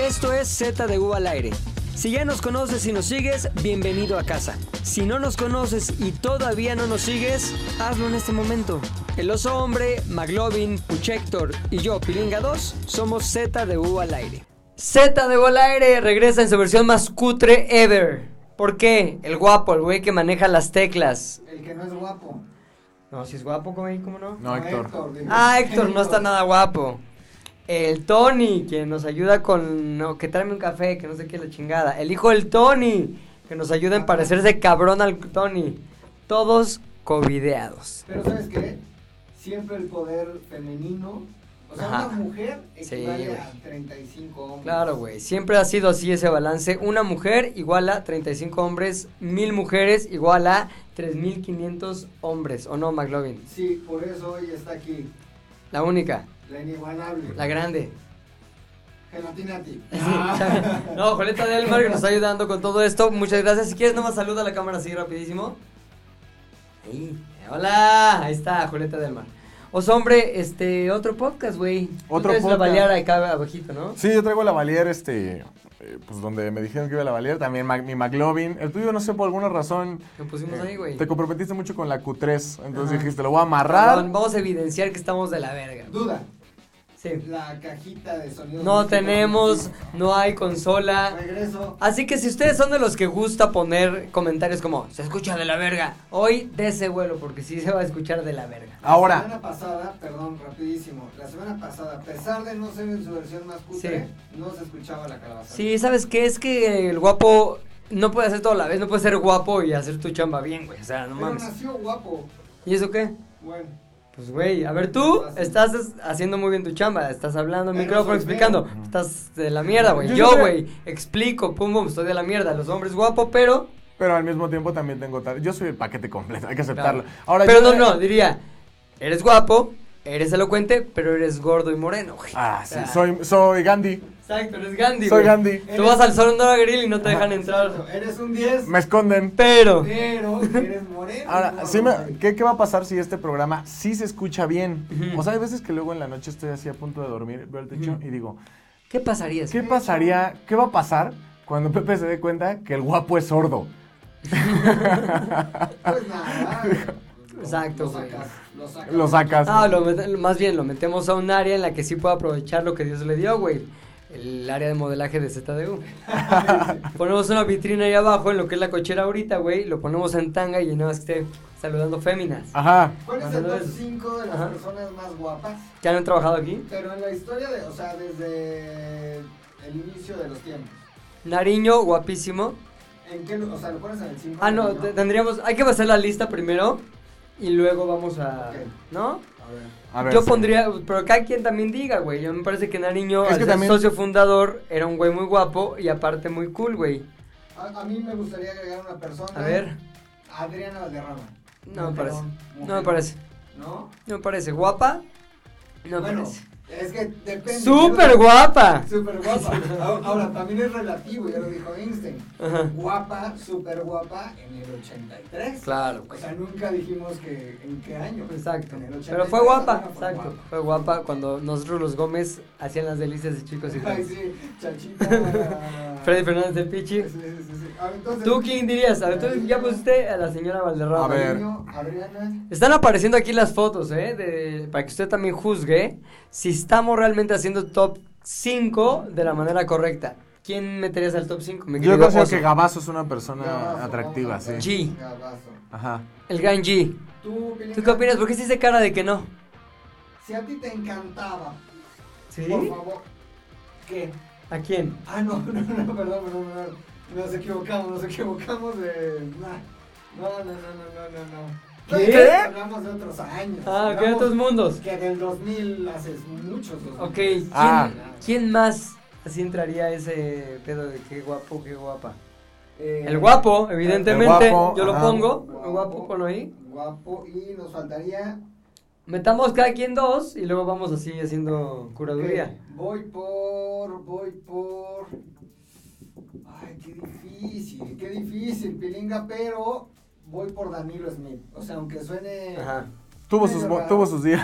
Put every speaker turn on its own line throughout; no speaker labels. Esto es Z de U al aire. Si ya nos conoces y nos sigues, bienvenido a casa. Si no nos conoces y todavía no nos sigues, hazlo en este momento. El oso hombre, Maglovin, Puchector y yo, Pilinga 2, somos Z de U al aire. Z de U al aire regresa en su versión más cutre ever. ¿Por qué? El guapo, el güey que maneja las teclas.
El que no es guapo.
No, si es guapo, güey, ¿cómo no?
No, Héctor.
digo.
Ah, Héctor, no está nada guapo. El Tony, que nos ayuda con... No, que tráeme un café, que no sé qué la chingada. El hijo del Tony, que nos ayuda en parecerse cabrón al Tony. Todos covideados.
Pero ¿sabes qué? Siempre el poder femenino. O sea,
Ajá.
una mujer equivale
Sí,
a
güey.
35 hombres.
Claro, güey. Siempre ha sido así ese balance. Una mujer igual a 35 hombres, mil mujeres igual a 3.500 hombres. ¿O no, McLovin?
Sí, por eso hoy está aquí.
La única,
La inigualable.
la grande.
Gelatinati.
No, Julieta del Mar que nos está ayudando con todo esto. Muchas gracias. Si quieres, nomás saluda a la cámara así rapidísimo. Ahí. Eh, Hola, ahí está Julieta del Mar. Os hombre, este, otro podcast, güey. Tú
Otro
traes la
podcast.
baleara acá abajito, ¿no?
Sí, yo traigo la Valier, este, eh, pues donde me dijeron que iba la Valier, también Mac- mi McLovin. El tuyo, no sé, por alguna razón, eh,
Lo pusimos ahí, güey.
te comprometiste mucho con la Q3, entonces
Ajá.
dijiste, lo voy a amarrar.
Perdón, Vamos a evidenciar que estamos de la verga.
Duda.
Sí.
La cajita de sonido.
No tenemos, no hay consola.
Regreso.
Así que si ustedes son de los que gusta poner comentarios como se escucha de la verga, hoy de ese vuelo porque sí se va a escuchar de la verga.
La
Ahora,
semana pasada, perdón, rapidísimo. La semana pasada, a pesar de no ser en su versión más cutre, no se escuchaba la calabaza.
Sí, ¿sabes qué? Es que el guapo no puede hacer todo a la vez, no puede ser guapo y hacer tu chamba bien, güey. O sea, no
Pero
mames.
nació guapo.
¿Y eso qué?
Bueno.
Pues, güey, a ver, tú
Así.
estás es- haciendo muy bien tu chamba, estás hablando al
Pero
micrófono,
soy
explicando, estás de la mierda, güey.
Yo
Yo,
siempre-
güey, explico, pum, pum, estoy de la mierda. Los hombres guapo, pero...
pero al mismo tiempo también tengo tal. Yo soy el paquete completo, hay que aceptarlo. Ahora,
Ah, Pero no,
yo-
no, diría, eres guapo, eres elocuente, pero eres gordo y moreno, güey.
Ah, sí,
Ah.
soy, soy Gandhi.
Exacto, eres Gandhi,
Soy
güey.
Gandhi.
Tú vas al Sonora Grill y no te dejan
Exacto,
entrar.
Eres un 10,
Me esconden.
Pero...
pero eres moreno.
Ahora,
gordo,
sí me-
güey.
¿qué, qué va a pasar si este programa sí se escucha bien?
Ujú.
O sea, hay veces que luego en la noche estoy así a punto de dormir, veo el techo
Ujú.
y digo,
¿Qué pasaría? si-
¿Qué pasaría, qué va a pasar cuando Pepe se dé cuenta que el guapo es sordo?
Pues nada.
Exacto,
Lo
güey.
sacas. Lo sacas.
Lo sacas.
Ah, lo met- más bien, lo metemos a un área en la que sí pueda aprovechar lo que Dios le dio, güey. El área de modelaje de ZDU. ponemos una vitrina ahí abajo en lo que es la cochera ahorita, güey. Lo ponemos en tanga y nada más que esté saludando féminas.
Ajá.
¿Cuál es el
Bueno,
top
es-
5 de las
Ajá.
personas más guapas?
¿Ya no han trabajado aquí?
Pero en la historia de, o sea, desde el inicio de los tiempos.
Nariño, guapísimo.
¿En qué, lu- o sea, lo pones en el 5?
Ah, no, te- tendríamos. Hay que hacer la lista primero y luego vamos a.
Ok.
¿No?
A ver.
A ver.
Yo
sí.
pondría, pero cada quien también diga, güey. Yo me parece que Nariño,
Es
al
que
ser
también-
socio fundador, era un güey muy guapo y aparte muy cool, güey.
A, a mí me gustaría agregar una persona.
A ver.
Adriana Valderrama.
No me
Mujerón,
parece. No me
mujerón.
parece.
¿No?
No me parece. ¿Guapa? No me
bueno,
parece.
es que depende.
¡Súper guapa!
Súper guapa. Ahora, ahora, también es relativo, ya lo dijo Einstein.
Ajá.
Guapa, súper guapa en el 83.
Claro,
O
güey.
sea, nunca dijimos que en qué año.
Exacto.
pues. En el 83,
Pero fue guapa.
fue
Exacto.
guapa.
Fue guapa cuando nosotros los Gómez hacían las delicias de chicos y
Ay,
Freddy.
sí, chachita.
Freddy Fernández de Pichi.
Sí, sí, sí, sí. A ver, entonces,
¿Tú quién dirías? A ver, tú ya pues, pusiste a la señora Valderrama.
A ver.
Niño, Adriana.
Están apareciendo aquí las fotos, ¿eh? De- para que usted también juzgue si estamos realmente haciendo top 5 de la manera correcta. ¿Quién meterías al top 5?
Yo considero que Gabazo es una persona
Gabazo,
atractiva,
vamos a
sí.
ver.
Sí.
Gabazo.
Ajá.
El gran G.
¿Tú, Pilinga,
¿Tú qué opinas? ¿Por qué se dice cara de que no?
Si a ti te encantaba,
¿Sí?
por favor. ¿Qué?
¿A quién?
Ah, no, no, no, perdón, perdón, perdón. Nos equivocamos, nos equivocamos de. nah. No, no, no, no, no, no, no.
¿Qué?
Pues, Hablamos de otros años.
Ah, que
hablamos
otros mundos.
Que del 2000 haces muchos. 2000.
Ok, ¿quién,
Ah.
quién más así entraría a ese pedo de qué guapo, qué guapa?
Eh,
El guapo, evidentemente,
El guapo,
yo lo
ajá.
pongo. El guapo, ponlo ahí.
Guapo, y nos faltaría.
Metamos cada quien dos y luego vamos así haciendo curaduría.
Ok, Voy por. Voy por. Ay, qué difícil, qué difícil, pilinga, pero voy por Danilo Smith. O sea, aunque suene.
Ajá.
Tuvo
Sí,
sus,
¿verdad?
tuvo sus días.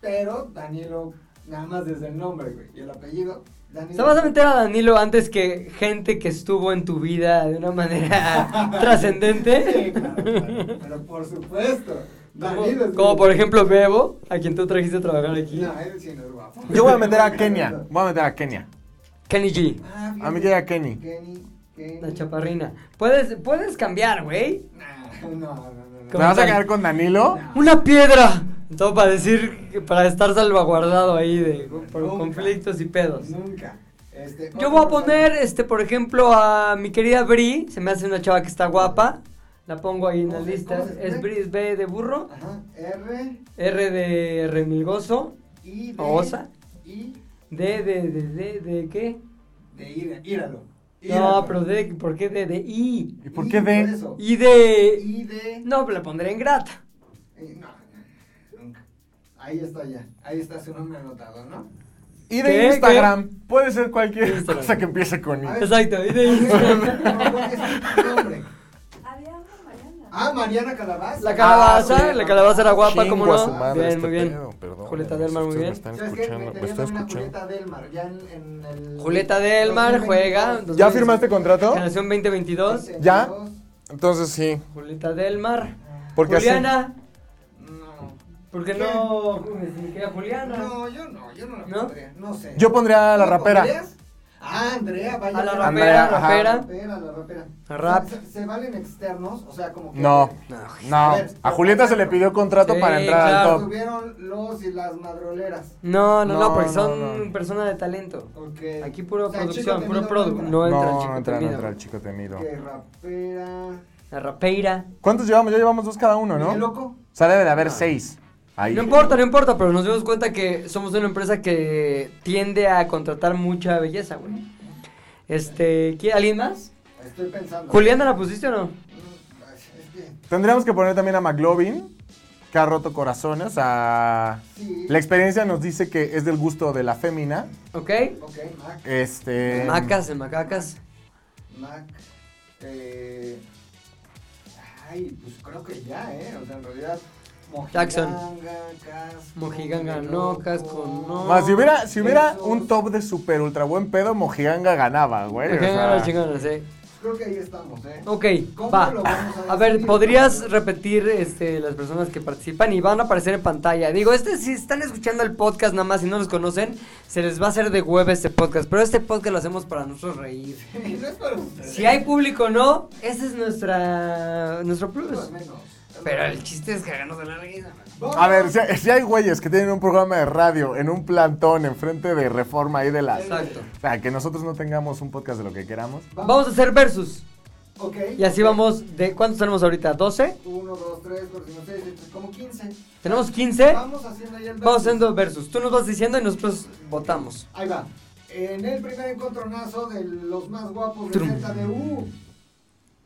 Pero Danilo, nada más desde el nombre, güey, y el apellido,
O sea, vas a meter a Danilo antes que gente que estuvo en tu vida de una manera trascendente.
Sí, claro, claro, Pero por supuesto. Danilo
Como,
es
como
mi-
por ejemplo Bebo, a quien tú trajiste a trabajar aquí.
No, él sí no es guapo.
Yo voy a meter a Kenia. Voy a meter a Kenia.
Kenny G,
Ah,
A
fíjate.
mí llega Kenny.
Kenny, Kenny.
la chaparrina. Puedes, puedes cambiar, güey.
Nah, no, no, no, no.
¿Te vas a quedar con Danilo?
Una piedra. Todo para decir, para estar salvaguardado ahí de por
Nunca.
conflictos y pedos.
Nunca. Este,
Yo
otra
voy a
persona.
poner, este, por ejemplo, a mi querida Bri. Se me hace una chava que está guapa. La pongo ahí en la
¿Cómo se-
lista.
cómo se
Es
escribe?
Bri es B de burro,
Ajá, R,
R de remilgoso,
I, D.
Osa.
I,
D de, de, de, de qué?
de ira, íralo.
No, pero D, ¿por qué D de I?
¿Y por qué D?
eso.
Y de...
I, D.
E. No, pero la pondré en grata.
Eh, No, no, nunca. Ahí está ya. Ahí está su nombre anotado, ¿no?
¿Qué?
Y de Instagram. Puede ser cualquier
Instagram.
cosa que empiece con I.
A ver.
Exacto, y de Instagram.
No, ¿cuál es su nombre?
Había una Mariana.
Ah, Mariana Calabaza.
La calabaza,
Ah,
la calabaza era guapa,
Chingo
como
a su
no.
madre
Bien,
este
muy bien.
pedo, perdón,
Julieta
eh,
Delmar, muy
ustedes me
bien.
están
¿Sabes qué?
escuchando,
Me
me
tenía
están
también a
escuchando.
Julieta Delmar, ya en, en el...
Julieta Delmar juega.
2022.
¿Ya firmaste contrato?
Generación 2022.
¿Ya? Entonces sí.
Julieta Delmar.
Porque así-
Juliana.
No.
¿Por qué
¿Qué?
no? Me queda Juliana.
No, yo no, yo no la
¿No?
pondría, no sé.
Yo pondría a la
¿Tú
rapera.
pondrías? Ah, Andrea, vaya.
A la rapera,
Andrea.
Andrea, ajá.
rapera.
Rapera, la rapera.
La rap.
¿Se, se valen externos? O sea, como que...
No. No.
ver,
A Julieta se le pidió contrato
Sí,
para entrar
claro.
al top.
Tuvieron los y las madroleras.
No, no, no,
No,
porque
no,
son
no.
personas de talento.
Okay.
Aquí puro
O sea,
producción,
Chico
puro
Tenido
product.
entra.
No entra el
No,
chico
no entra, no
temido.
entra el chico temido.
Que rapera...
La rapeira.
¿Cuántos llevamos? Ya llevamos dos cada uno,
¿Qué
¿no? O
loco?
sea, debe de haber seis. Ahí.
No importa, no importa, pero nos dimos cuenta que somos una empresa que tiende a contratar mucha belleza, güey. Este, ¿quién- ¿alguien más?
Estoy pensando.
¿Juliana la pusiste o no?
Mm, ay, Es que...
Tendríamos que poner también a McLovin, que ha roto corazones. A...
Sí.
La experiencia nos dice que es del gusto de la fémina.
¿Ok?
Ok, Mac.
Este.
Macas, el macacas.
Mac. Eh... Ay, pues creo que ya, ¿eh? O sea, en realidad... Mojiganga,
Jackson.
Casco,
Mojiganga
Loco.
no, Casco no.
Más, si hubiera, si hubiera
Jesús.
un top de super ultra buen pedo, Mojiganga ganaba, güey. o
Ok,
sea.
ahora chingona, sí.
Creo que ahí estamos, ¿eh?
Ok,
¿Cómo
va.
lo vamos a
A ver,
decidir?
¿podrías repetir este, las personas que participan y van a aparecer en pantalla? Digo, este si están escuchando el podcast nada más y no los conocen, se les va a hacer de hueva este podcast, pero este podcast lo hacemos para nosotros reír.
no es para ustedes.
Si hay público o no, ese es nuestra nuestro plus.
Más o menos.
Pero el chiste es cagarnos de la risa. man.
Vamos.
A ver, si, si hay güeyes que tienen un programa de radio en un plantón enfrente de Reforma ahí de la...
Exacto.
O sea, que nosotros no tengamos un podcast de lo que queramos.
Vamos a hacer versus.
Ok.
Y así vamos de ¿cuántos tenemos ahorita? ¿12?
1, 2, 3, 4, 5, 6, 7, como 15.
Tenemos 15.
Vamos haciendo ahí el
¿Eh? Vamos
versus.
haciendo versus. Tú nos vas diciendo y nosotros votamos.
Ahí va. En el primer encontronazo de los más guapos de
Trum.
ZDU.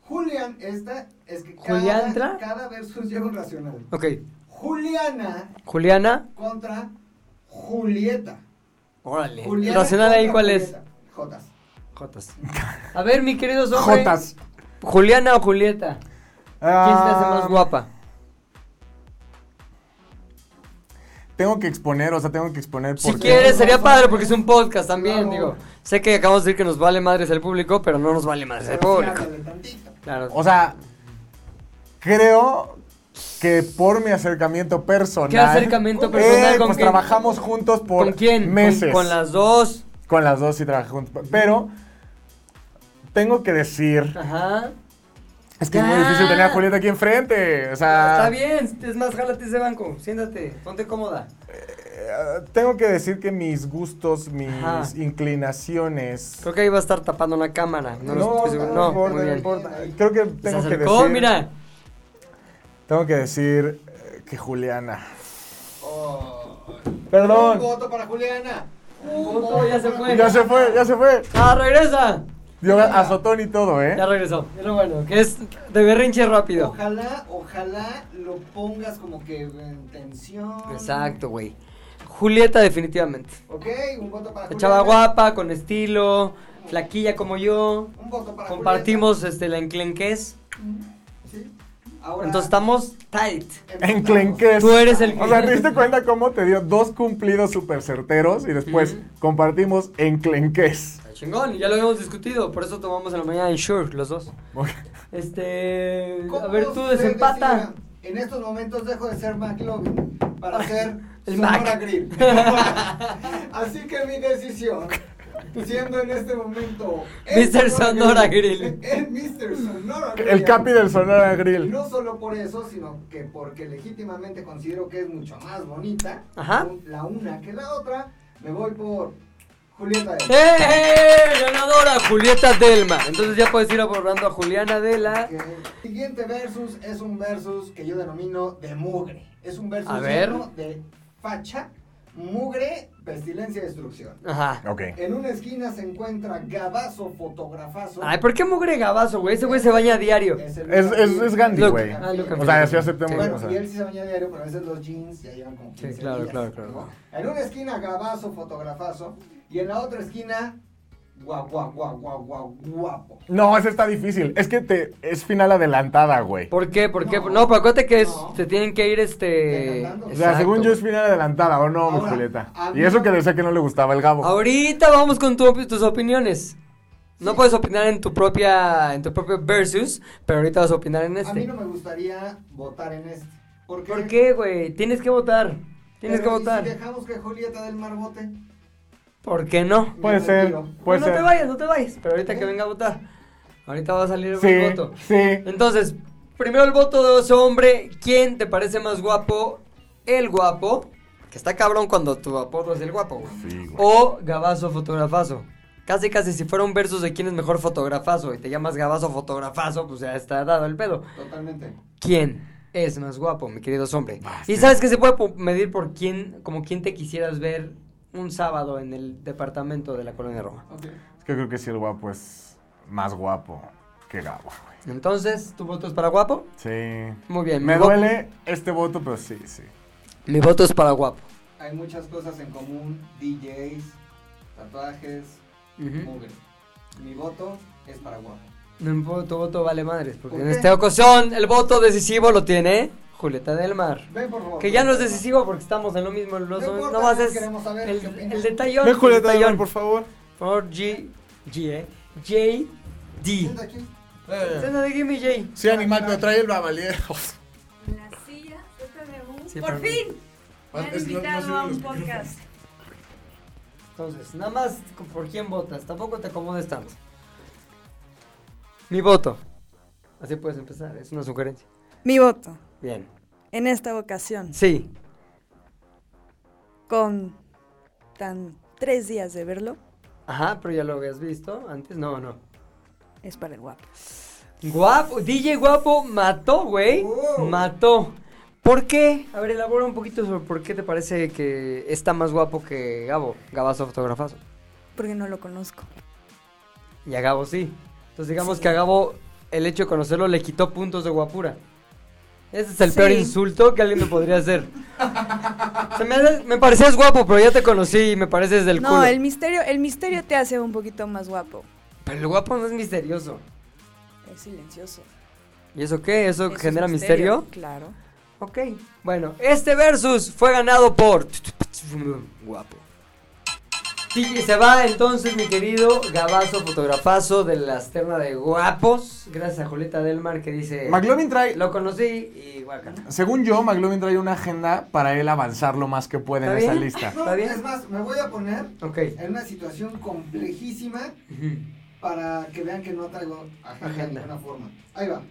Julián, esta es que
¿Julián
cada,
entra?
cada versus lleva un racional.
Ok.
Juliana
Juliana.
contra Julieta.
Órale. ¿El
Juliana
racional ahí
contra
cuál es?
Julieta. Jotas.
Jotas. A ver, mi querido hombre.
Jotas.
Juliana o Julieta. ¿Quién se te hace
Ah,
más guapa?
Tengo que exponer, o sea, tengo que exponer
Si
porque...
quieres, eh. sería padre porque es un podcast también,
Claro.
digo. Sé que acabamos de decir que nos vale madres el público, pero no nos vale madres el
Pero sí,
público.
háblale tantito.
Claro.
O sea, creo que por mi acercamiento personal...
¿Qué acercamiento personal? ¿Con
pues
quién?
trabajamos juntos por
¿Con quién? Con-
meses.
Con, las dos.
Con las dos sí trabajé juntos. Pero tengo que decir...
Ajá.
Es que es muy
Ya.
difícil tener a Julieta aquí enfrente. O sea...
Está bien, es más, jálate ese banco, siéntate, ponte cómoda.
Eh, tengo que decir que mis gustos, mis
Ajá.
inclinaciones.
Creo que ahí va a estar tapando una cámara. No, lo estoy seguro. no,
importa,
muy
no
bien.
importa. Creo que
Se
tengo que
acercó,
decir.
mira.
Tengo que decir eh, que Juliana.
Oh. Un
Perdón.
voto para Juliana. Un
Voto,
voto
ya se
para
fue.
Ya se fue, ya se fue.
Ah, regresa.
Dio azotón y todo,
Ya
¿eh?
regresó. Es lo bueno, que es de berrinche rápido.
Ojalá, ojalá lo pongas como que en tensión.
Exacto, güey. Julieta, definitivamente.
Ok, un voto para
La
Juliana.
chava guapa, con estilo, flaquilla como yo.
Un voto para
Compartimos este, la enclenquez.
Juliana. Sí. Ahora-
Entonces estamos tight.
Enclenques.
Tú eres el
O sea, ¿te diste cuenta cómo te dio dos cumplidos súper certeros y después compartimos enclenques?
Está Chingón, y ya lo habíamos discutido, por eso tomamos en la mañana Ensure los dos. Este.
¿Cómo
A ver, tú
se
desempata.
designa? En estos momentos dejo de ser McLovin para ser
el
Sonora
Mac.
Grill. Así que mi decisión, siendo en este momento el
Mr. Sonora Grill.
el Mr. Sonora Grill.
El capi del Sonora
Y
Grill.
no solo por eso, sino que porque legítimamente considero que es mucho más bonita
Ajá.
la una que la otra, me voy por Julieta.
¡Eh! eh, Ganadora Julieta Delma. Entonces ya puedes ir abordando a Juliana de la.
Que el siguiente versus es un versus que yo denomino de mugre. Es un versus
A ver.
lleno de facha, mugre, pestilencia y destrucción.
Ajá.
Ok.
En una esquina se encuentra Gabazo Fotografazo.
Ay, ¿por qué mugre gabazo, güey? Ese güey se baña a diario.
el
Es, es, es Gandhi,
Lo-
güey.
ah, lo
O sea, sí
Sí.
aceptamos. o
Bueno,
sea.
y él sí se baña diario, pero a veces los jeans ya llevan como 15
claro,
días,
claro, claro.
¿no? En una esquina Gabazo Fotografazo y en la otra esquina guau, guau, guau, guau, guau, guapo.
No, esa está difícil. Es que te, es final adelantada, güey.
¿Por qué? ¿Por qué?
No.
No, pero acuérdate que es,
No.
te tienen que ir este.
Decantando.
O sea,
Exacto.
según yo es final adelantada, ¿o no, mi
Ahora,
Julieta?
a mí
Y eso
no-
que decía que no le gustaba el Gabo.
Ahorita vamos con tu opi- tus opiniones. No puedes opinar en tu propia en tu propio versus, pero ahorita vas a opinar en
A mí
este.
no me gustaría votar en este. Porque
¿Por qué, güey? Tienes que votar. Tienes que
Pero, ¿y
votar.
Si dejamos que Julieta del Mar vote.
¿Por qué no?
Puede
Me
ser,
retiro.
puede
"Pues no
ser.
te vayas, no te vayas. Pero ahorita que venga a votar. Ahorita va a salir el
sí,
voto.
sí.
Entonces, primero el voto de ese hombre. ¿Quién te parece más guapo? El guapo. Que está cabrón cuando tu apodo es el guapo, güey.
Sí, güey.
O Gabazo Fotografazo. Casi, casi, si fuera un versus de quién es mejor fotografazo y te llamas Gabazo Fotografazo, pues ya está dado el pedo.
Totalmente.
¿Quién es más guapo, mi querido hombre? y sabes que se puede po- medir por quién, como quién te quisieras ver un sábado en el departamento de la Colonia Roma.
Ok.
Es que creo que sí el guapo es más guapo que Gabo, güey.
Entonces, ¿tu voto es para guapo?
Sí.
Muy bien.
Me
mi vo-
duele este voto, pero sí, sí.
Mi voto es para guapo.
Hay muchas cosas en común. DJs, tatuajes,
Ujú.
mugre. Mi voto es para guapo.
No me puedo- tu voto vale madres, porque
¿Por
en
qué?
esta ocasión el voto decisivo lo tiene Julieta del Mar.
Ven, por favor.
Que ya no es decisivo porque estamos en lo mismo. los
No
dos-
importa,
no vas a
no queremos saber
el,
qué opinas.
el detallón. el detallón.
por favor.
Por favor, G. G, eh. J. D.
Siéntate aquí.
Senta de Gimme J.
Sí, animal, pero trae el babalier.
En la silla, FMU.
Sí, pero-
¡Por fin! Me han
Es- no- no
invitado
sirven
a
los
un podcast.
Entonces, nada más co- por quién votas. Tampoco te acomodes tanto. Mi voto. Así puedes empezar. Es una sugerencia.
Mi voto,
Bien.
en esta ocasión,
Sí.
con tan tres días de verlo,
Ajá, pero ya lo habías visto antes. No, no.
es para el guapo.
Guapo, DJ Guapo mató, güey. Mató. ¿Por qué? A ver, elabora un poquito sobre por qué te parece que está más guapo que Gabo, Gabazo Fotografazo.
Porque no lo conozco.
Y a Gabo sí. Entonces digamos que a Gabo el hecho de conocerlo le quitó puntos de guapura. Ese es el
Sí.
peor insulto que alguien me podría hacer. Se me, hace- me parecías guapo, pero ya te conocí y me pareces del
no,
culo.
el misterio, el misterio te hace un poquito más guapo.
Pero el guapo no es misterioso.
Es silencioso.
¿Y eso qué? ¿Eso,
Eso es
genera misterio?
Claro.
Ok. Bueno, este versus fue ganado por. Guapo. Sí, se va entonces mi querido Gabazo, fotografazo de la terna de guapos. Gracias a Julieta Delmar que dice.
McLovin trae.
Lo conocí y guacala.
Según yo, McLovin trae una agenda para él avanzar lo más que puede en
¿Está
esa
bien?
lista.
No,
¿Está bien?
Es más, me voy a poner
Ok.
en una situación complejísima
Ujú.
para que vean que no traigo agenda de
Agenda.
ninguna forma. Ahí va.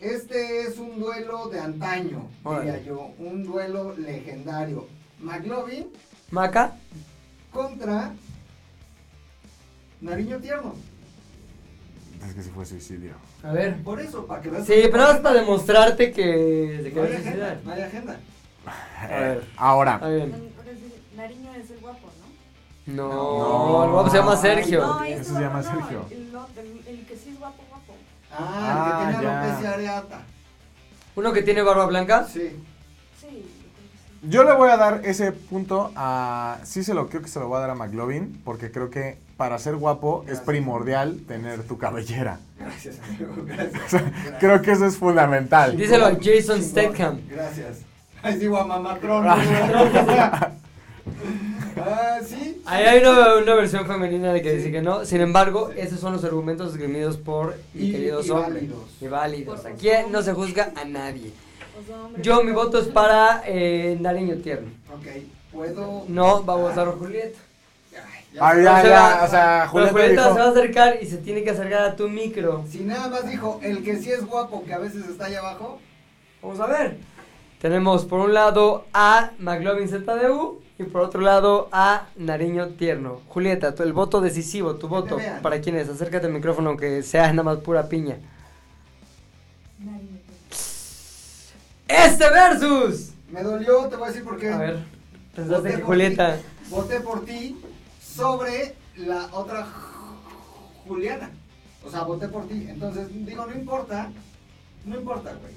Este es un duelo de antaño,
Órale.
diría yo. Un duelo legendario. McLovin
Maca.
contra Nariño Tierno.
Es que sí fue suicidio.
A ver.
Por eso, para que veas.
Sí, pero nada más para demostrarte que se
No
quería
hay agenda,
suicidar.
no hay agenda.
A ver.
Eh, Ahora,
Está bien.
Nariño es el guapo, ¿no?
No,
No.
el guapo se llama Sergio.
No,
Ese
este
se llama
guapo no,
Sergio.
El, el- el- el que sí es guapo, guapo.
Ah, el que
Ah,
tiene
ya.
alopecia areata.
Uno que tiene barba blanca.
Sí.
Sí, yo creo que sí.
yo le voy a dar ese punto a. Sí, se lo creo que se lo voy a dar a McLovin, porque creo que para ser guapo es
Gracias.
primordial tener tu cabellera.
Gracias, amigo. Gracias. gracias.
Creo que eso es fundamental.
Díselo a Jason Statham.
Gracias. Ahí digo a Mamatrón. Ah, sí.
Ahí hay una, una versión femenina de que dice que no. Sin embargo, esos son los argumentos esgrimidos por mi
Y-
querido
y
hombre.
válidos.
Y válidos.
Por
Aquí no se juzga a nadie.
O sea, hombre,
Yo, mi voto es para eh, Nariño Tierno.
Ok, puedo.
No, va a votar por Julieta.
Ay, ya.
Ay,
O
ya,
sea,
ya, o sea,
pero
Julieta dijo-
se va a acercar y se tiene que acercar a tu micro.
Si nada más dijo el que sí es guapo, que a veces está allá abajo.
Vamos a ver. Tenemos por un lado a McLovin ZDU y por otro lado a Nariño Tierno. Julieta, tu- el voto decisivo, tu voto.
vean.
¿Para quién es? Acércate al micrófono que sea nada más pura piña.
Nariño.
Este versus.
Me dolió, te voy a decir por qué.
A ver, pensaste
Voté
que
por
Julieta.
ti- voté por ti sobre la otra Ju- Juliana. O sea, voté por ti. Entonces, digo, no importa. No importa, güey.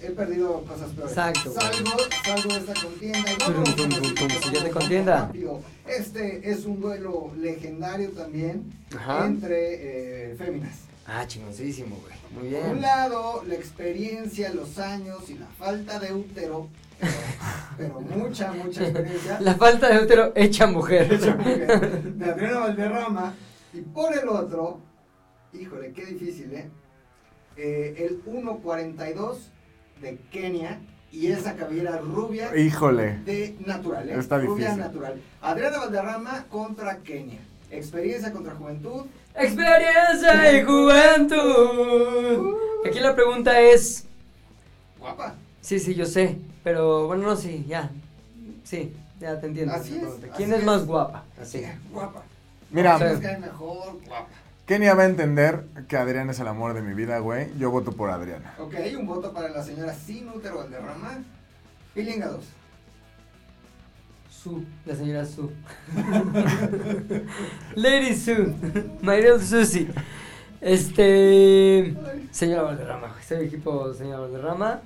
He perdido cosas peores.
Exacto, güey.
Salgo, salgo de esta contienda. y
Tum, tum,
vámonos con la
tum,
siguiente
tum, siguiente
pregunta,
contienda.
rápido. Este es un duelo legendario también
Ajá.
entre eh, féminas.
Ah, chingoncísimo, güey. Muy
Por un
bien.
lado, la experiencia, los años y la falta de útero, pero, pero mucha, mucha experiencia.
La falta de útero hecha mujer.
Hecha mujer, de Adriana Valderrama. Y por el otro, híjole, qué difícil, ¿eh? Eh, el 1.42 de Kenia y esa cabellera rubia
Híjole.
de natural, ¿eh?
Está
Rubia
difícil.
natural. Adriana Valderrama contra Kenia. Experiencia contra juventud.
Experiencia y
Uh.
juventud. Aquí la pregunta es,
Guapa.
Sí, sí, yo sé. Pero bueno, no, sí, ya. Sí, ya te entiendo.
Así es,
¿Quién
así
es,
es.
más guapa?
Así, guapa.
Mira,
Sí.
Nos cae mejor, guapa.
Kenia va a entender que Adrián es el amor de mi vida, güey. Yo voto por Adriana.
Ok, un voto para la señora sin útero Valderrama. Pilinga 2.
Su, la señora Su. Lady Su. My little Susie. Este. Señora Valderrama. güey, Soy equipo señora Valderrama.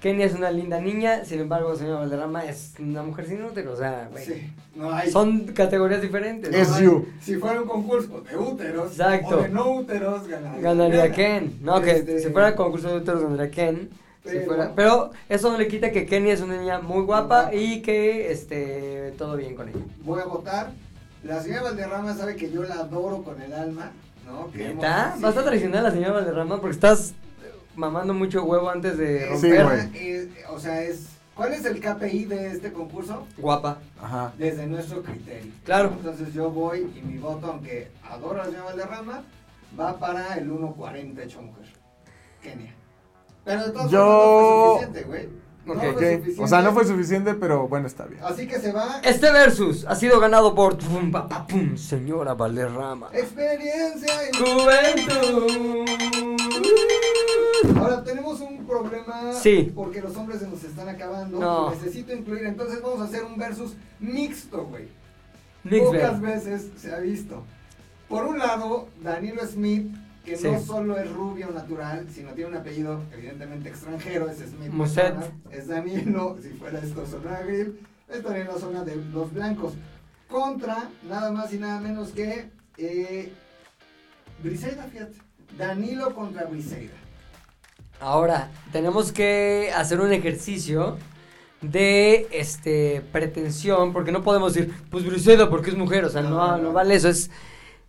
Kenia es una linda niña. Sin embargo, señora Valderrama es una mujer sin útero. O sea, güey.
Sí, no hay.
Son categorías diferentes.
no
Es
hay.
you.
Si fuera un concurso de úteros
Exacto.
o de no úteros, ganaría.
Ganaría
Adriana.
Ken. No, que
Este,
si fuera concurso de otros ganaría Ken. Si
Pero-
fuera- pero eso no le quita que Kenny es una niña muy guapa
guapa.
y que este todo bien con ella.
Voy a votar. La señora Valderrama sabe que yo la adoro con el alma. ¿No? Que hemos-
¿Está?
sí.
Vas a traicionar a la señora Valderrama porque estás mamando mucho huevo antes de
Es-
Sí,
romper.
güey.
es- Eh, o sea, es. ¿Cuál es el KPI de este concurso?
guapa.
Ajá.
Desde nuestro criterio.
Claro.
Entonces yo voy y mi voto, aunque adoro a la señora Valderrama, va para el 1.40 hecho mujer. Kenia. Pero de todas
Yo-
formas no fue suficiente, güey. No
Ok,
fue
Ok.
suficiente.
O sea, no fue suficiente, pero bueno, está bien.
Así que se va.
Este versus ha sido ganado por pum, pa, pa, pum, señora Valderrama.
Eh. Experiencia. en-
Juventud.
Ahora tenemos un problema
Sí.
porque los hombres se nos están acabando.
No.
Necesito incluir, entonces vamos a hacer un versus mixto, güey.
Mixed bag.
Pocas veces se ha visto. Por un lado, Danilo Smith, que
Sí.
no solo es rubio natural, sino tiene un apellido evidentemente extranjero, es Smith.
Moset.
¿verdad? Es Danilo, si fuera esto zona grill, estaría en la zona de los blancos. Contra, nada más y nada menos que eh, Briseida, fíjate. Danilo contra Briseida.
Ahora, tenemos que hacer un ejercicio de este pretensión, porque no podemos decir, pues Briseida porque es mujer, o sea, no,
No,
no
no.
vale eso, es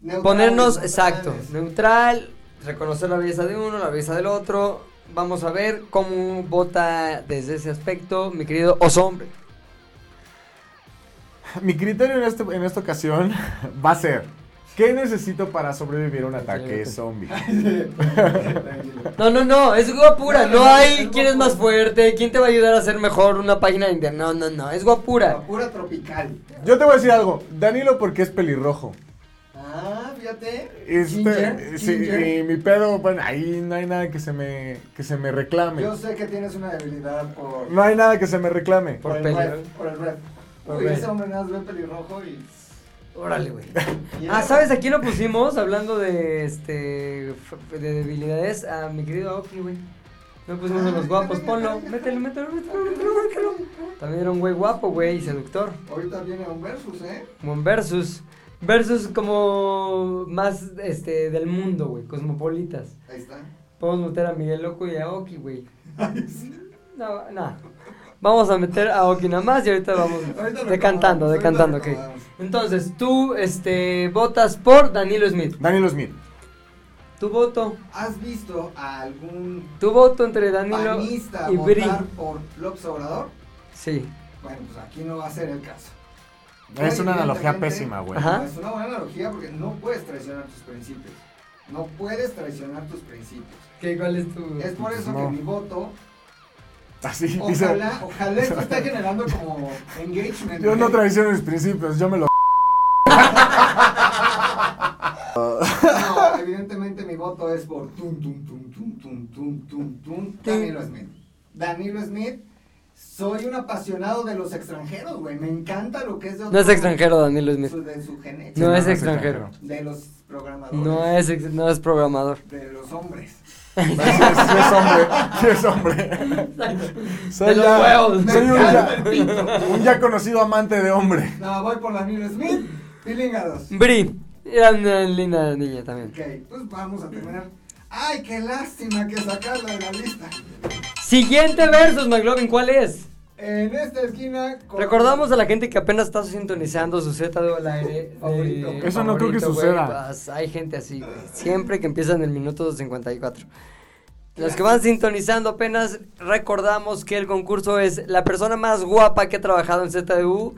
Neutrales,
ponernos,
neutrales.
exacto, neutral, reconocer la belleza de uno, la belleza del otro, vamos a ver cómo vota desde ese aspecto mi querido Osombre.
Mi criterio en, este, en esta ocasión va a ser: ¿qué necesito para sobrevivir a un ataque
Excelente.
zombie?
Tranquilo.
No, no, no, es guapura,
No, no,
no
no,
hay
es
quién es
guapura.
más fuerte, quién te va a ayudar a hacer mejor una página de internet, no, no, no, es guapura.
Pura tropical.
Yo te voy a decir algo: Danilo, porque es pelirrojo.
Ah, fíjate.
Este,
Ginger,
sí, eh,
Ginger.
y mi pedo, bueno, ahí no hay nada que se me, que se me reclame.
Yo sé que tienes una debilidad por,
No hay nada que se me reclame.
Por
por, el
peli-
red. Por el red.
Por
Uy,
red.
ese hombre nada más ve pelirrojo y.
Órale, güey.
y
Ah,
era-
¿sabes a quién lo pusimos? Hablando de este f- de debilidades, a mi querido Aoki, güey. No pusimos a
Ah.
los guapos, ponlo. Mételo, mételo, mételo, mételo, mételo. También era un güey guapo, güey, y seductor.
Ahorita viene un versus, ¿eh?
Buen versus. Versus como más este del mundo, güey, cosmopolitas.
Ahí está.
Podemos meter a Miguel Loco y a Oki, güey. No, no. Vamos a meter a Oki nada más y ahorita vamos
Ahorita
decantando,
recomendamos,
decantando, ok.
ahorita recomendamos.
Entonces, tú este, votas por Danilo Smith.
Daniel Smith.
Tu voto.
¿Has visto a algún
Tu voto entre Danilo
panista
y Bri.
votar por López Obrador?
Sí.
Bueno, pues aquí no va a ser el caso.
Es una
Evidentemente,
analogía pésima, güey.
Ajá.
Es una buena analogía porque no puedes traicionar tus principios. No puedes traicionar tus principios.
¿Qué, ¿Cuál es tu...?
Es por eso
No.
que mi voto,
Así dice.
ojalá, ojalá esto esté generando como engagement.
Yo no
¿eh?
traiciono mis principios, yo me lo.
No, evidentemente mi voto es por tum, tum, tum, tum, tum, tum, tum, tum, Danilo Smith. Danilo Smith, soy un apasionado de los extranjeros, güey. Me encanta lo que es de
No es extranjero Danilo Smith.
su- de su genética.
No es extranjero.
De los programadores.
No es, ex- no es programador.
De los hombres.
Sí, es, sí es hombre, sí es hombre. Soy,
De los
ya,
huevos.
soy un,
Me
ya,
encanta el pito.
un ya conocido amante de hombre.
No, voy por Danilo Smith. Pilingados.
Bri. Era una linda niña también.
Ok, pues vamos a terminar. Ay, qué lástima que sacarla de la lista.
Siguiente versus, McLovin, ¿cuál es?
En esta esquina. con-
Recordamos a la gente que apenas está sintonizando su Z al aire. de-
Favorito.
Eso no creo que
güey,
suceda.
vas- hay gente así, güey. Siempre que empiezan en el minuto 54. Los que van sintonizando apenas recordamos que el concurso es la persona más guapa que ha trabajado en ZDU.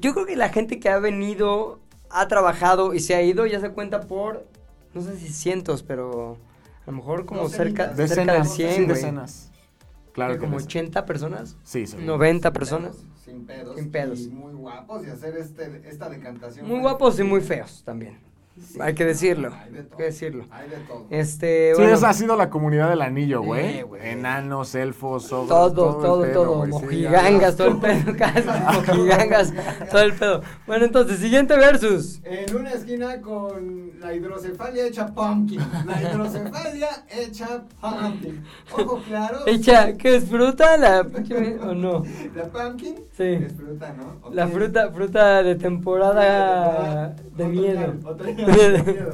Yo creo que la gente que ha venido, ha trabajado y se ha ido ya se cuenta por, no sé si cientos, pero a lo mejor como cerca,
Docenitas.
cerca de
Decenas,
100,
sí,
güey.
decenas. Claro que
como
sí.
80 personas,
Sí, sí.
90 personas.
Sin pedos.
Sin pedos.
Y muy guapos y hacer este, esta decantación.
Muy guapos y muy feos también. Hay que decirlo.
Hay de
Hay
todo.
que decirlo.
Hay de todo.
Este,
Sí,
bueno,
esa ha sido la comunidad del anillo, güey.
Eh, güey.
Enanos, elfos, ogros,
todo, todo,
el
todo,
pedo, güey, sí,
mojigangas,
ya.
todo el pedo, casi, mojigangas, todo el pedo. Bueno, entonces, siguiente versus.
En una esquina con la hidrocefalia hecha pumpkin. La hidrocefalia hecha pumpkin. Ojo claro.
Echa, ¿qué es fruta la pinche- o no?
La pumpkin
Sí.
es fruta, ¿no? Ok.
La fruta, fruta de temporada de miedo.
Otoñal, otoñal, de miedo.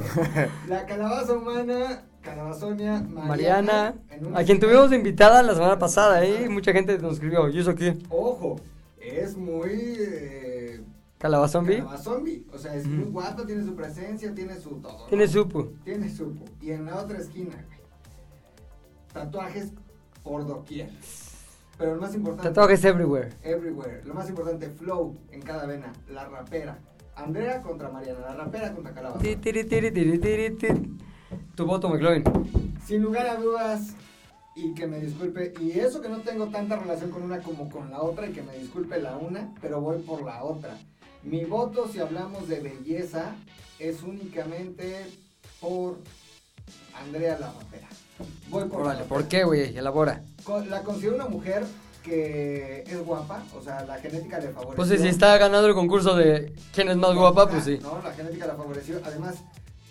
La calabaza humana, calabazonia, Mariana.
Mariana,
en una
a quien
esquina.
tuvimos invitada la semana pasada, ¿eh? Mucha gente nos escribió, ¿y eso qué?
Ojo, es muy. Eh,
¿Calabazombi?
calabazombie. O sea, es muy guapo, tiene su presencia, tiene su todo. ¿no?
Mm. Tiene supu.
Tiene su. Y en la otra esquina, güey, Tatuajes por doquier. Pero lo más importante.
Tatuajes everywhere.
Everywhere. Lo más importante, flow en cada vena. La rapera. Andrea contra Mariana. La rapera contra Calabaza.
Ti, tiri, tiri, tiri, tiri, tiri. Tu voto, McLovin.
Sin lugar a dudas, y que me disculpe, y eso que no tengo tanta relación con una como con la otra, y que me disculpe la una, pero voy por la otra. Mi voto, si hablamos de belleza, es únicamente por Andrea la Rapera. Voy por
Órale,
la
¿por
rapera.
qué, güey? Elabora.
Co- La considero una mujer que es guapa, o sea, la genética le favorece.
Pues sí, si está ganando el concurso de quién es más guapa, pues sí.
No, la genética la favoreció. Además,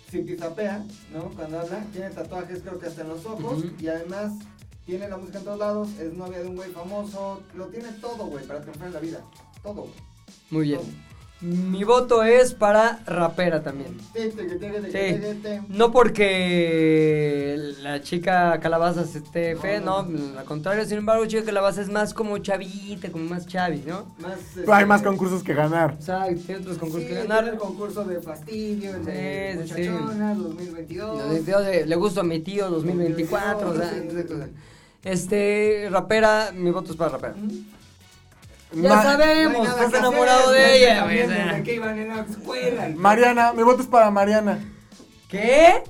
si pizapea, ¿no? Cuando habla, tiene tatuajes, creo que hasta en los ojos.
Ujú.
Y además, tiene la música en todos lados. Es novia de un güey famoso. Lo tiene todo, güey, para triunfar en la vida. Todo, güey.
Muy bien. Mi voto es para rapera también.
Te, te, te, te, te,
Sí.
te, te.
No porque la chica calabaza se esté
No,
fe, no,
no,
al contrario, sin embargo, chica calabaza es más como chavita, como más chavi, ¿no?
Más,
Pero hay
este,
más concursos que ganar.
O sea, tiene otros concursos
sí,
que
tiene
ganar.
El concurso de fastidio, el de
Sí, sí, sí.
muchachonas, 2022.
Lo de- yo de- le gusto a mi tío 2024, o sea, este, rapera, mi voto es para rapera.
Ujú.
Ya
Ma-
sabemos,
No hay nada
estás
que
enamorado
hacer,
de
güey,
ella, güey.
también
o sea.
desde que iban en la escuela.
Mariana, mi voto es para Mariana.
¿Qué?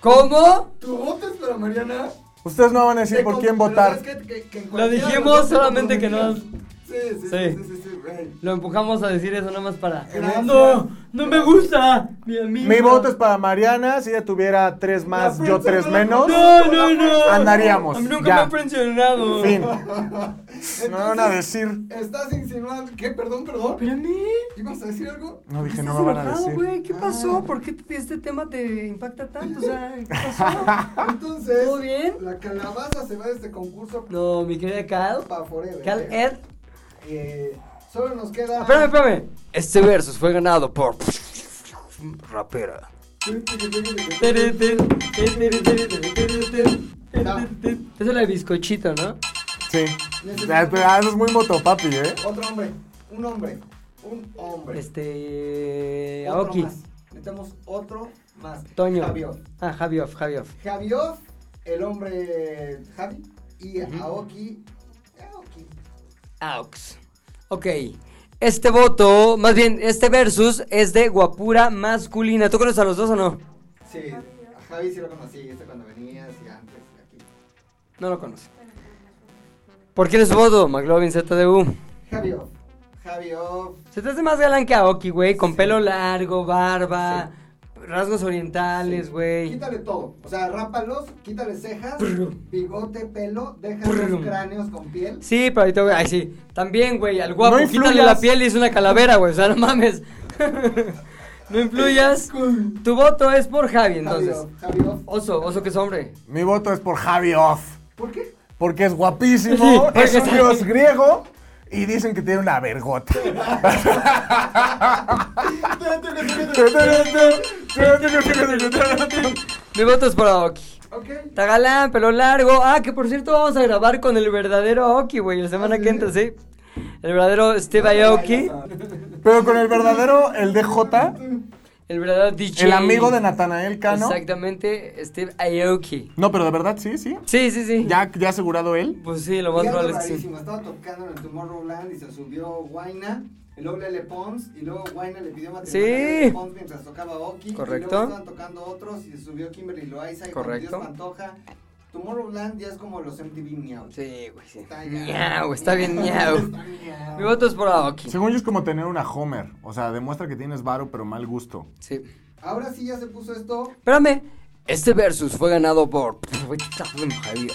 ¿Cómo?
¿Tu voto es para Mariana?
Ustedes no van a decir
Te
por
con-
quién
pero
votar.
sabes que- que- que en
Lo
cualquiera
dijimos,
de los dos te
solamente que no-
comprometías. Sí, sí,
Sí.
sí, sí, sí, sí, güey.
Lo empujamos a decir eso nada más para.
Gracias.
No, no me gusta. Mi amigo.
Mi voto es para Mariana. Si ella tuviera tres más,
La
yo
prensa
tres
no la
menos.
No, no, no.
Andaríamos,
A mí nunca
ya.
me han presionado.
Fin.
Entonces,
No van a decir.
Estás insinuando. ¿Qué? Perdón, perdón.
Espérame.
¿Ibas a decir algo?
No dije,
¿Estás
no me van a
enojado,
decir.
güey? ¿Qué pasó? ¿Por qué te- este tema te impacta tanto? O sea, ¿qué pasó?
Entonces.
¿Todo bien?
La calabaza se va de este concurso
No, mi querida Cal.
para forever.
Cal
eh.
Ed.
Eh, Solo nos queda.
Espérame, espérame. Este versus fue ganado por. rapera.
Esa
Esa es la de bizcochito, ¿no?
Sí. Ah, pero, ah, eso es muy motopapi, ¿eh?
Otro hombre, un hombre, un hombre.
Este.
Otro
Aoki.
más. Necesitamos otro más.
Toño.
Javioff.
Ah, Javioff, Javioff.
Javioff, el hombre Javi y Aoki. Aoki.
Aux. Ok. Este voto, más bien, este versus es de guapura masculina. ¿Tú conoces a los dos o no?
Sí, a Javi sí lo conocí, este cuando venías y antes aquí.
No lo conoce. ¿Por quién es su voto, McLovin ZDU?
Javioff. Javioff.
Se te hace más galán que Aoki, güey, con pelo largo, barba, rasgos orientales, güey.
Quítale todo. O sea, rápalos, quítale cejas,
Brum.
bigote, pelo, deja los
Brum.
cráneos con piel.
Sí, pero ahorita, güey, ay, sí. También, güey, al guapo,
No
quítale
influyas.
la piel y es una calavera, güey, o sea, no mames. no influyas. Tu voto es por Javi, entonces.
Javioff. Javioff.
Oso, oso que es hombre.
Mi voto es por Javi Off.
¿Por qué?
Porque es guapísimo,
Sí, porque
es un
está-
dios griego y dicen que tiene una vergota.
Mi voto es por Aoki.
Ok.
Está galán, pelo largo. Ah, que por cierto vamos a grabar con el verdadero Aoki, güey, la
Ah,
semana que entra, sí. El verdadero Steve Aoki,
Pero con el verdadero, el DJ,
el verdadero DJ.
el amigo de Natanael Cano.
Exactamente, Steve Aoki.
No, pero de verdad, sí, sí.
Sí, sí, sí.
Ya, ya asegurado él.
Pues sí, lo
Y
más
algo
probable es que sí.
rarísimo, Estaba tocando en el Tomorrowland y se subió Guaina. Y luego Lele Pons. Y luego Guaina le pidió matrimonio a
Sí.
Lele Pons mientras tocaba Oki.
Correcto.
Y luego estaban tocando otros y se subió Kimberly Loaiza. Y Juan
Correcto.
Dios Pantoja. Tomorrowland ya es como los MTV Miau.
Sí, güey, sí.
Está ya.
Miau, está bien miau.
Está miau.
Mi voto es por Aoki.
Según yo es como tener una Homer. O sea, demuestra que tienes varo, pero mal gusto.
Sí.
Ahora sí ya se puso esto.
Espérame. Este versus fue ganado por. pues, Güey, está muy jodido.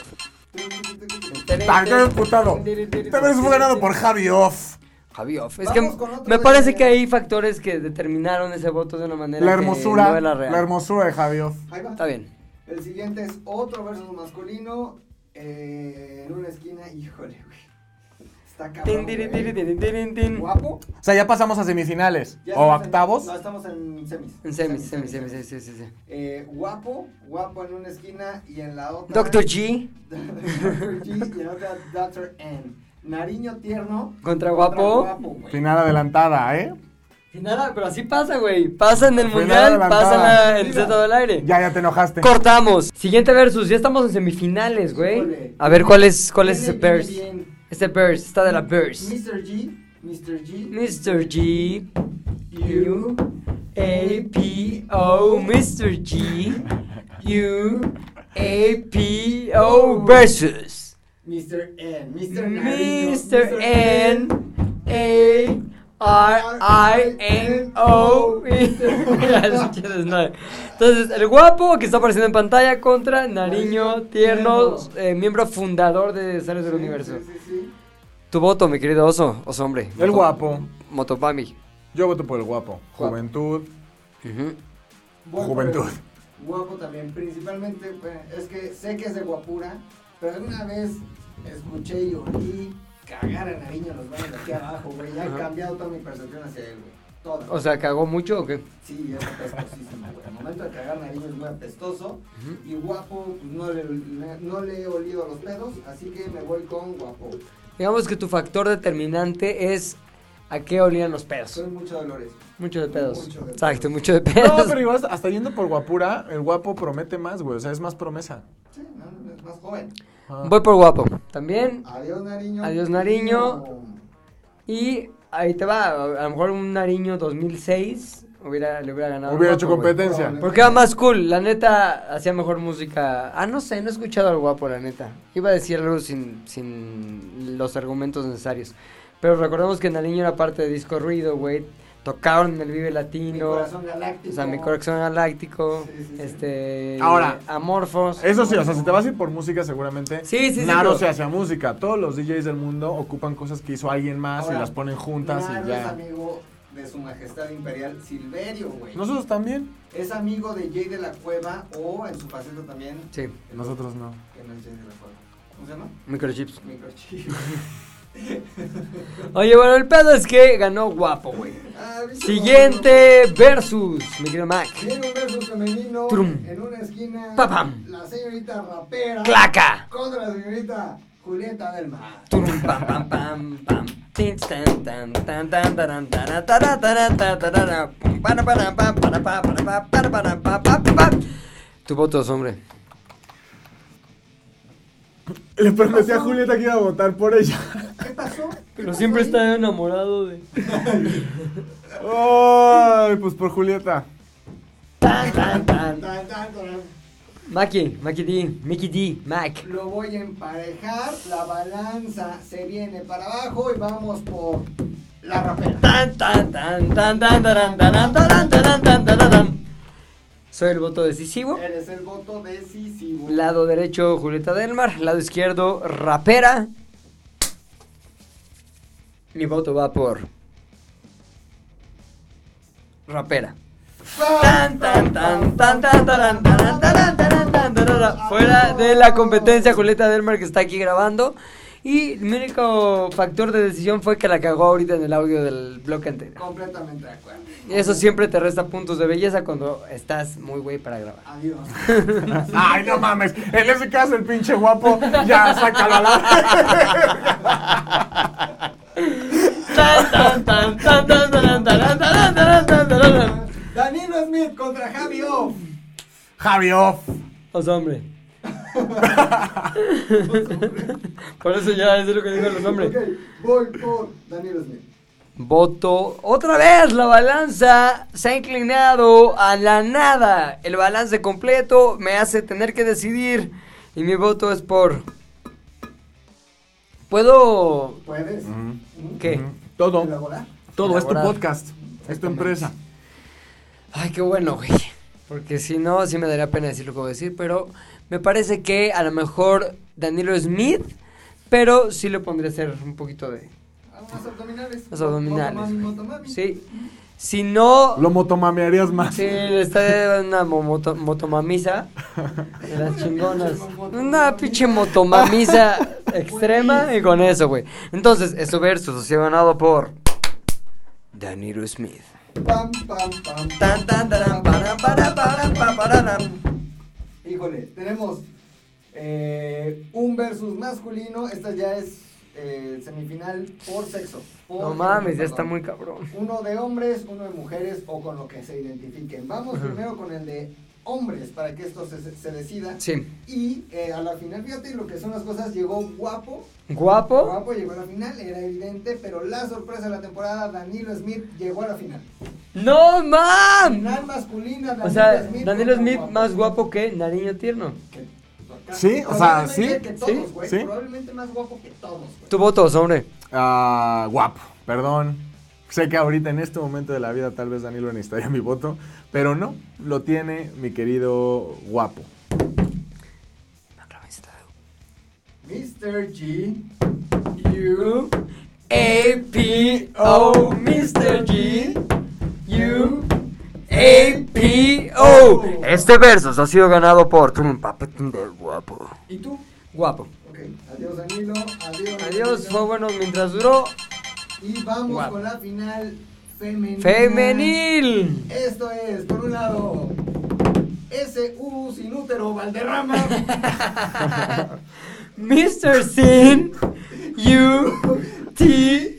Tan ¡Ah, qué putado. También Este fue ganado por Javi Off.
Javioff. Es
Vamos
que
con otro
me
de-
parece que hay factores que determinaron ese voto de una manera.
La
que no
hermosura.
era real.
La hermosura de Javi Off.
Ahí va.
Está bien.
El siguiente es otro versus masculino. eh, en una esquina, híjole, güey. Está cabrón.
Tin, tin, tin,
güey.
tin, tin, tin.
Guapo.
O sea, ya pasamos a semifinales.
Ya
o
estamos en-
octavos.
no, estamos en semis.
En semis, semis, semis, sí, sí, sí, sí.
Eh, guapo, guapo en una esquina y en la otra.
Doctor G
Dr. G y en la otra Dr. N. Nariño tierno.
contra guapo.
güey.
Final adelantada, ¿eh?
Y nada, pero así pasa, güey. Pasa en el
Fue
mundial,
nada
pasa en
adelantada.
la- en el centro del aire.
Ya, ya te enojaste.
Cortamos. Siguiente versus. Ya estamos en semifinales, güey.
Híjole.
A ver, ¿cuál es, cuál es
Viene-
ese verse?
viene bien
Este verse, está de la verse.
Mr. G. Mr. G.
Mr. G.
You.
A P O Mr. G U A P O versus
Mr. N. Mr. Nariño,
Mr. N A R I N O Ya, eso sí es nada. Entonces, el guapo que está apareciendo en pantalla contra Nariño Tierno, eh, miembro fundador de Sales del Universo.
Sí, sí, sí.
Tu voto, mi querido oso, oso hombre.
El guapo.
Motopami.
Yo voto por el guapo.
Guapo.
Juventud.
Ujú.
Voy
Juventud.
por el Guapo también, principalmente, bueno, es que sé que es de guapura, pero alguna vez escuché y oí cagar a Nariño en los baños de aquí abajo, güey. Ya he cambiado toda mi percepción hacia él, güey. Toda.
O sea, ¿cagó mucho o qué?
sí, es apestosísimo, güey. Al momento de cagar Nariño es muy apestoso y guapo pues, no le, no le he olido los pedos, así que me voy con guapo.
Digamos que tu factor determinante es a qué olían los pedos.
Soy mucho dolores.
Mucho de pedos.
Mucho de
Exacto,
pedos.
mucho de
No,
pedos.
pero igual hasta yendo por guapura, el guapo promete más, güey. O sea, es más promesa.
Sí, no, no, es más joven.
Ah.
Voy por guapo. También.
Adiós Nariño.
Adiós, Nariño. Y ahí te va. A lo mejor un Nariño 2006 hubiera, le hubiera ganado. al
Ah, Hubiera
guapo,
hecho
güey.
competencia.
Probable.
Porque era más cool. La neta hacía mejor música. Ah, no sé, no he escuchado al guapo, la neta. Iba a decir algo sin, sin los argumentos necesarios. Pero recordemos que Nariño era parte de Disco Ruido, güey. Tocaron en el Vive
Mi
Latino.
corazón
O
galáctico.
sea, mi corazón galáctico,
Sí, sí, sí.
este...
Ahora.
Amorfos.
Eso sí, o sea, si te vas a ir por música, seguramente.
Sí, sí, sí,
Naro
pero-
se hace a música. Todos los DJs del mundo ocupan cosas que hizo alguien más
Ahora,
y las ponen juntas
Naro
y
es
ya.
amigo de su majestad imperial Silverio, güey.
Nosotros también.
Es amigo de Jay de la Cueva o en su faceta también.
Sí,
Nosotros no.
Que no es Jay de la Cueva. ¿Cómo se llama?
microchips.
Microchip.
Oye, bueno, el pedo es que ganó guapo, güey.
Ah, ¿viste cómo-
Siguiente versus, mi querido Mac.
Viene un versus femenino
Trum.
en una esquina.
Pa, pam.
La señorita rapera.
¡Claca!
Contra la señorita Julieta del Mar.
Turum, pam, pam, pam, pam. Tin, tan, tan, tan, tan, taran, tara, tara, tara, tara, tara, pum, para, para, pa, para, pa, para, pa, para, para, pa, pa, pa. Tu voto es hombre.
Le prometí a Julieta que iba a votar por ella.
¿Qué pasó?
Pero siempre está enamorado de.
Ay, pues por Julieta.
Tan, tan, tan.
Tan, tan, tan.
Maki, Maki D, Mickey D, Mac.
Lo voy a emparejar. La balanza se viene para abajo y vamos por la rapera.
Tan, tan, tan, tan, tan, taran, taran, taran, taran, tan, tararán. Soy el voto decisivo.
Eres el voto decisivo.
Lado derecho, Julieta Delmar. Lado izquierdo, rapera. Mi voto va por. Rapera. Tan, tan, tan, tan, tan, taran, taran, taran, taran, tan, tarara. Fuera de la competencia, Julieta Delmar que está aquí grabando. Y mi único factor de decisión fue que la cagó ahorita en el audio del bloque anterior.
Completamente de acuerdo.
Eso siempre te resta puntos de belleza cuando estás muy güey para grabar.
Adiós.
Ay, no mames. En ese caso, el pinche guapo ya saca la
Tan, tan, tan, tan, tan, taran, taran, taran, taran, taran, taran.
Danilo Smith contra Javi Off.
Javi off.
Los hombres. Por eso ya es lo que digo los hombres.
Ok, voy por Danilo Smith.
Voto. Otra vez la balanza se ha inclinado a la nada. El balance completo me hace tener que decidir. Y mi voto es por. ¿Puedo
¿Puedes?
Mm.
¿Qué?
Todo.
¿Elaborar?
Todo. Es tu
Elaborar.
podcast. Es tu empresa.
Ay, qué bueno, güey. Porque si no, sí me daría pena decir lo que voy a decir, pero me parece que a lo mejor Danilo Smith, pero sí le pondría a hacer un poquito de...
Unos abdominales.
Los abdominales,
Motomami,
güey.
motomami.
Sí. Si no,
Lo motomamearías más.
si le está dando una mo- moto- motomamisa, de las chingonas, una pinche motomamisa extrema y con eso, güey. Entonces, eso versus, se ha ganado por Danilo Smith.
Pam, pam, pam.
Tan, tan, taran, paran, paran, paran, pa, pararan.
Híjole, tenemos eh, un versus masculino. Esta ya es eh, semifinal por sexo. por
No
género,
mames, ya
perdón.
está muy cabrón.
Uno de hombres, uno de mujeres o con lo que se identifiquen. Vamos primero con el de hombres para que esto se, se decida.
Sí.
Y eh, a la final, fíjate lo que son las cosas. Llegó guapo.
Guapo.
Guapo llegó a la final, era evidente. Pero la sorpresa de la temporada, Danilo Smith llegó a la final.
No mames.
Final masculina, Danilo
O sea,
Smith.
Danilo
contra
Smith más guapo que Nariño Tierno.
que-
Sí, o sea,
probablemente
sí,
que
sí,
todos, güey,
sí.
Probablemente más guapo que todos, güey.
Tu voto, hombre.
Ah, guapo, perdón. Sé que ahorita en este momento de la vida tal vez Danilo necesitaría mi voto, pero no, lo tiene mi querido guapo.
Mr. G.
You. APO, Mr. G. You. APO. Este verso ha sido ganado por Trump. Guapo.
¿Y tú?
Guapo.
Ok, adiós Danilo, adiós.
Adiós,
Danilo.
fue bueno mientras duró.
Y vamos
Guapo.
con la final femenina.
Femenil.
Esto es, por un lado, SU sin útero Valderrama.
Mr. Sin U T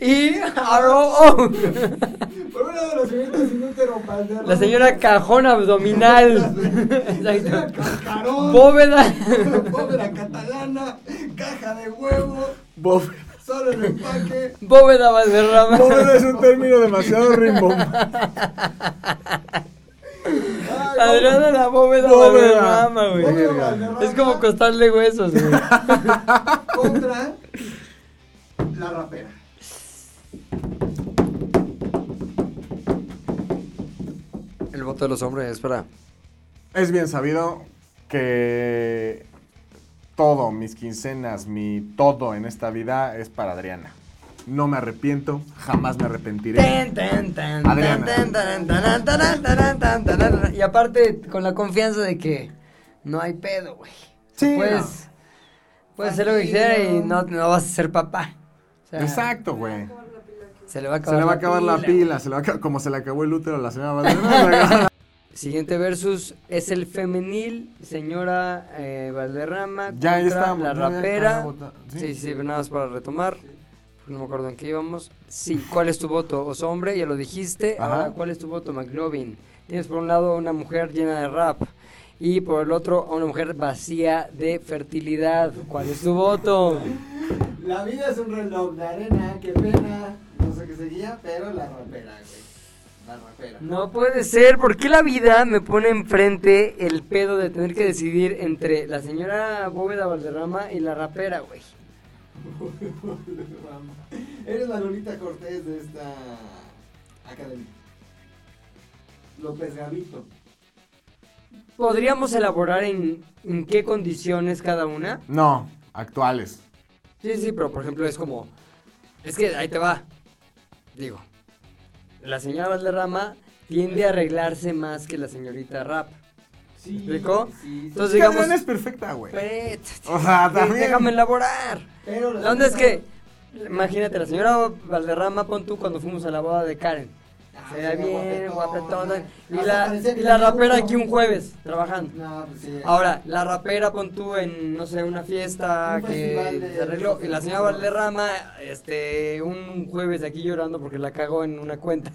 E R O O.
por un lado, la señorita sin útero Valderrama.
La señora cajón abdominal.
La señora
Exacto.
Cascarón.
Bóveda.
Bóveda catalana, caja de huevo,
Bob,
solo el empaque.
Bóveda Valderrama.
Bob es un término demasiado rimbombante.
Ay,
Adriana la bóveda,
Bóveda.
Valderrama, güey.
Bóveda Valderrama.
Es como costarle huesos, güey.
contra la rapera.
El voto de los hombres es para.
Es bien sabido que todo, mis quincenas, mi todo en esta vida es para Adriana. No me arrepiento, jamás me arrepentiré. Adriana.
Y aparte, con la confianza de que no hay pedo, güey.
Sí,
Pues. Puedes hacer lo que quieras y no, no vas a ser papá. sea,
Exacto, güey.
Se le va a
Se
acabar,
le va a
la
acabar la pila, se le va a acabar- como se le acabó el útero a la señora Valderrama.
Siguiente versus es el femenil, señora eh, Valderrama.
ya ahí
contra
estamos.
La
ya, ya,
rapera.
carajo, ta-
Sí, sí, pero nada más para retomar. No me acuerdo en qué íbamos. Sí, ¿cuál es tu voto? Oso hombre, ya lo dijiste.
Ajá.
Ahora, ¿cuál es tu voto, McLovin? Tienes por un lado a una mujer llena de rap y por el otro a una mujer vacía de fertilidad. ¿Cuál es tu voto?
La vida es un reloj de arena, qué pena. No sé qué seguía, pero la rapera, güey. La rapera.
No puede ser, ¿por qué la vida me pone enfrente el pedo de tener que decidir entre la señora Bóveda Valderrama y la rapera, güey?
Eres la Lolita Cortés de esta academia. López Gavito.
¿Podríamos elaborar en, en qué condiciones cada una?
No, actuales.
Sí, sí, pero por ejemplo es como, es que ahí te va, digo, la señora Valderrama tiende a arreglarse más que la señorita Rap.
Sí,
explicó?
sí, Ah, sí.
Entonces digamos,
Adriana es perfecta, güey.
"Espérate,
O sea, también.
déjame elaborar.
pero la
La onda es
señora-
que, imagínate, la señora Valderrama, pon tú cuando fuimos a la boda de Karen.
Ah,
Se veía bien, guapetona. Y
Hasta
la,
parecía que
y la
tenía
rapera
uno.
aquí un jueves, trabajando.
No, pues sí.
Ahora, la rapera pon tú en, no sé, una fiesta
Un
que
festival de-
se arregló. Y la señora Valderrama, este, un jueves aquí llorando porque la cagó en una cuenta.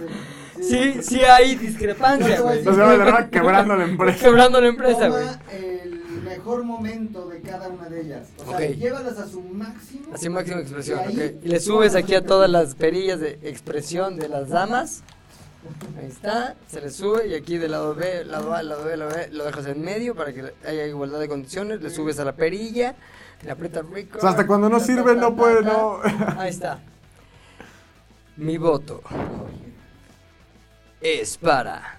sí, sí hay discrepancia,
No te voy a
güey.
decir
La señora Valderrama quebrando la empresa.
Quebrando la empresa,
Toma
güey.
el mejor momento de cada una de ellas. O sea,
Ok.
llévalas a su máximo.
Así máxima expresión,
Y ahí-
ok. Y le subes aquí a todas las perillas de expresión de las damas. Ahí está, se le sube y aquí del lado B, lado A, lado B, lado B, lo dejas en medio para que haya igualdad de condiciones, le subes a la perilla, le aprietas rico.
O sea, hasta cuando no
ta,
sirve,
ta,
no
ta,
puede,
ta.
no.
Ahí está. Mi voto es para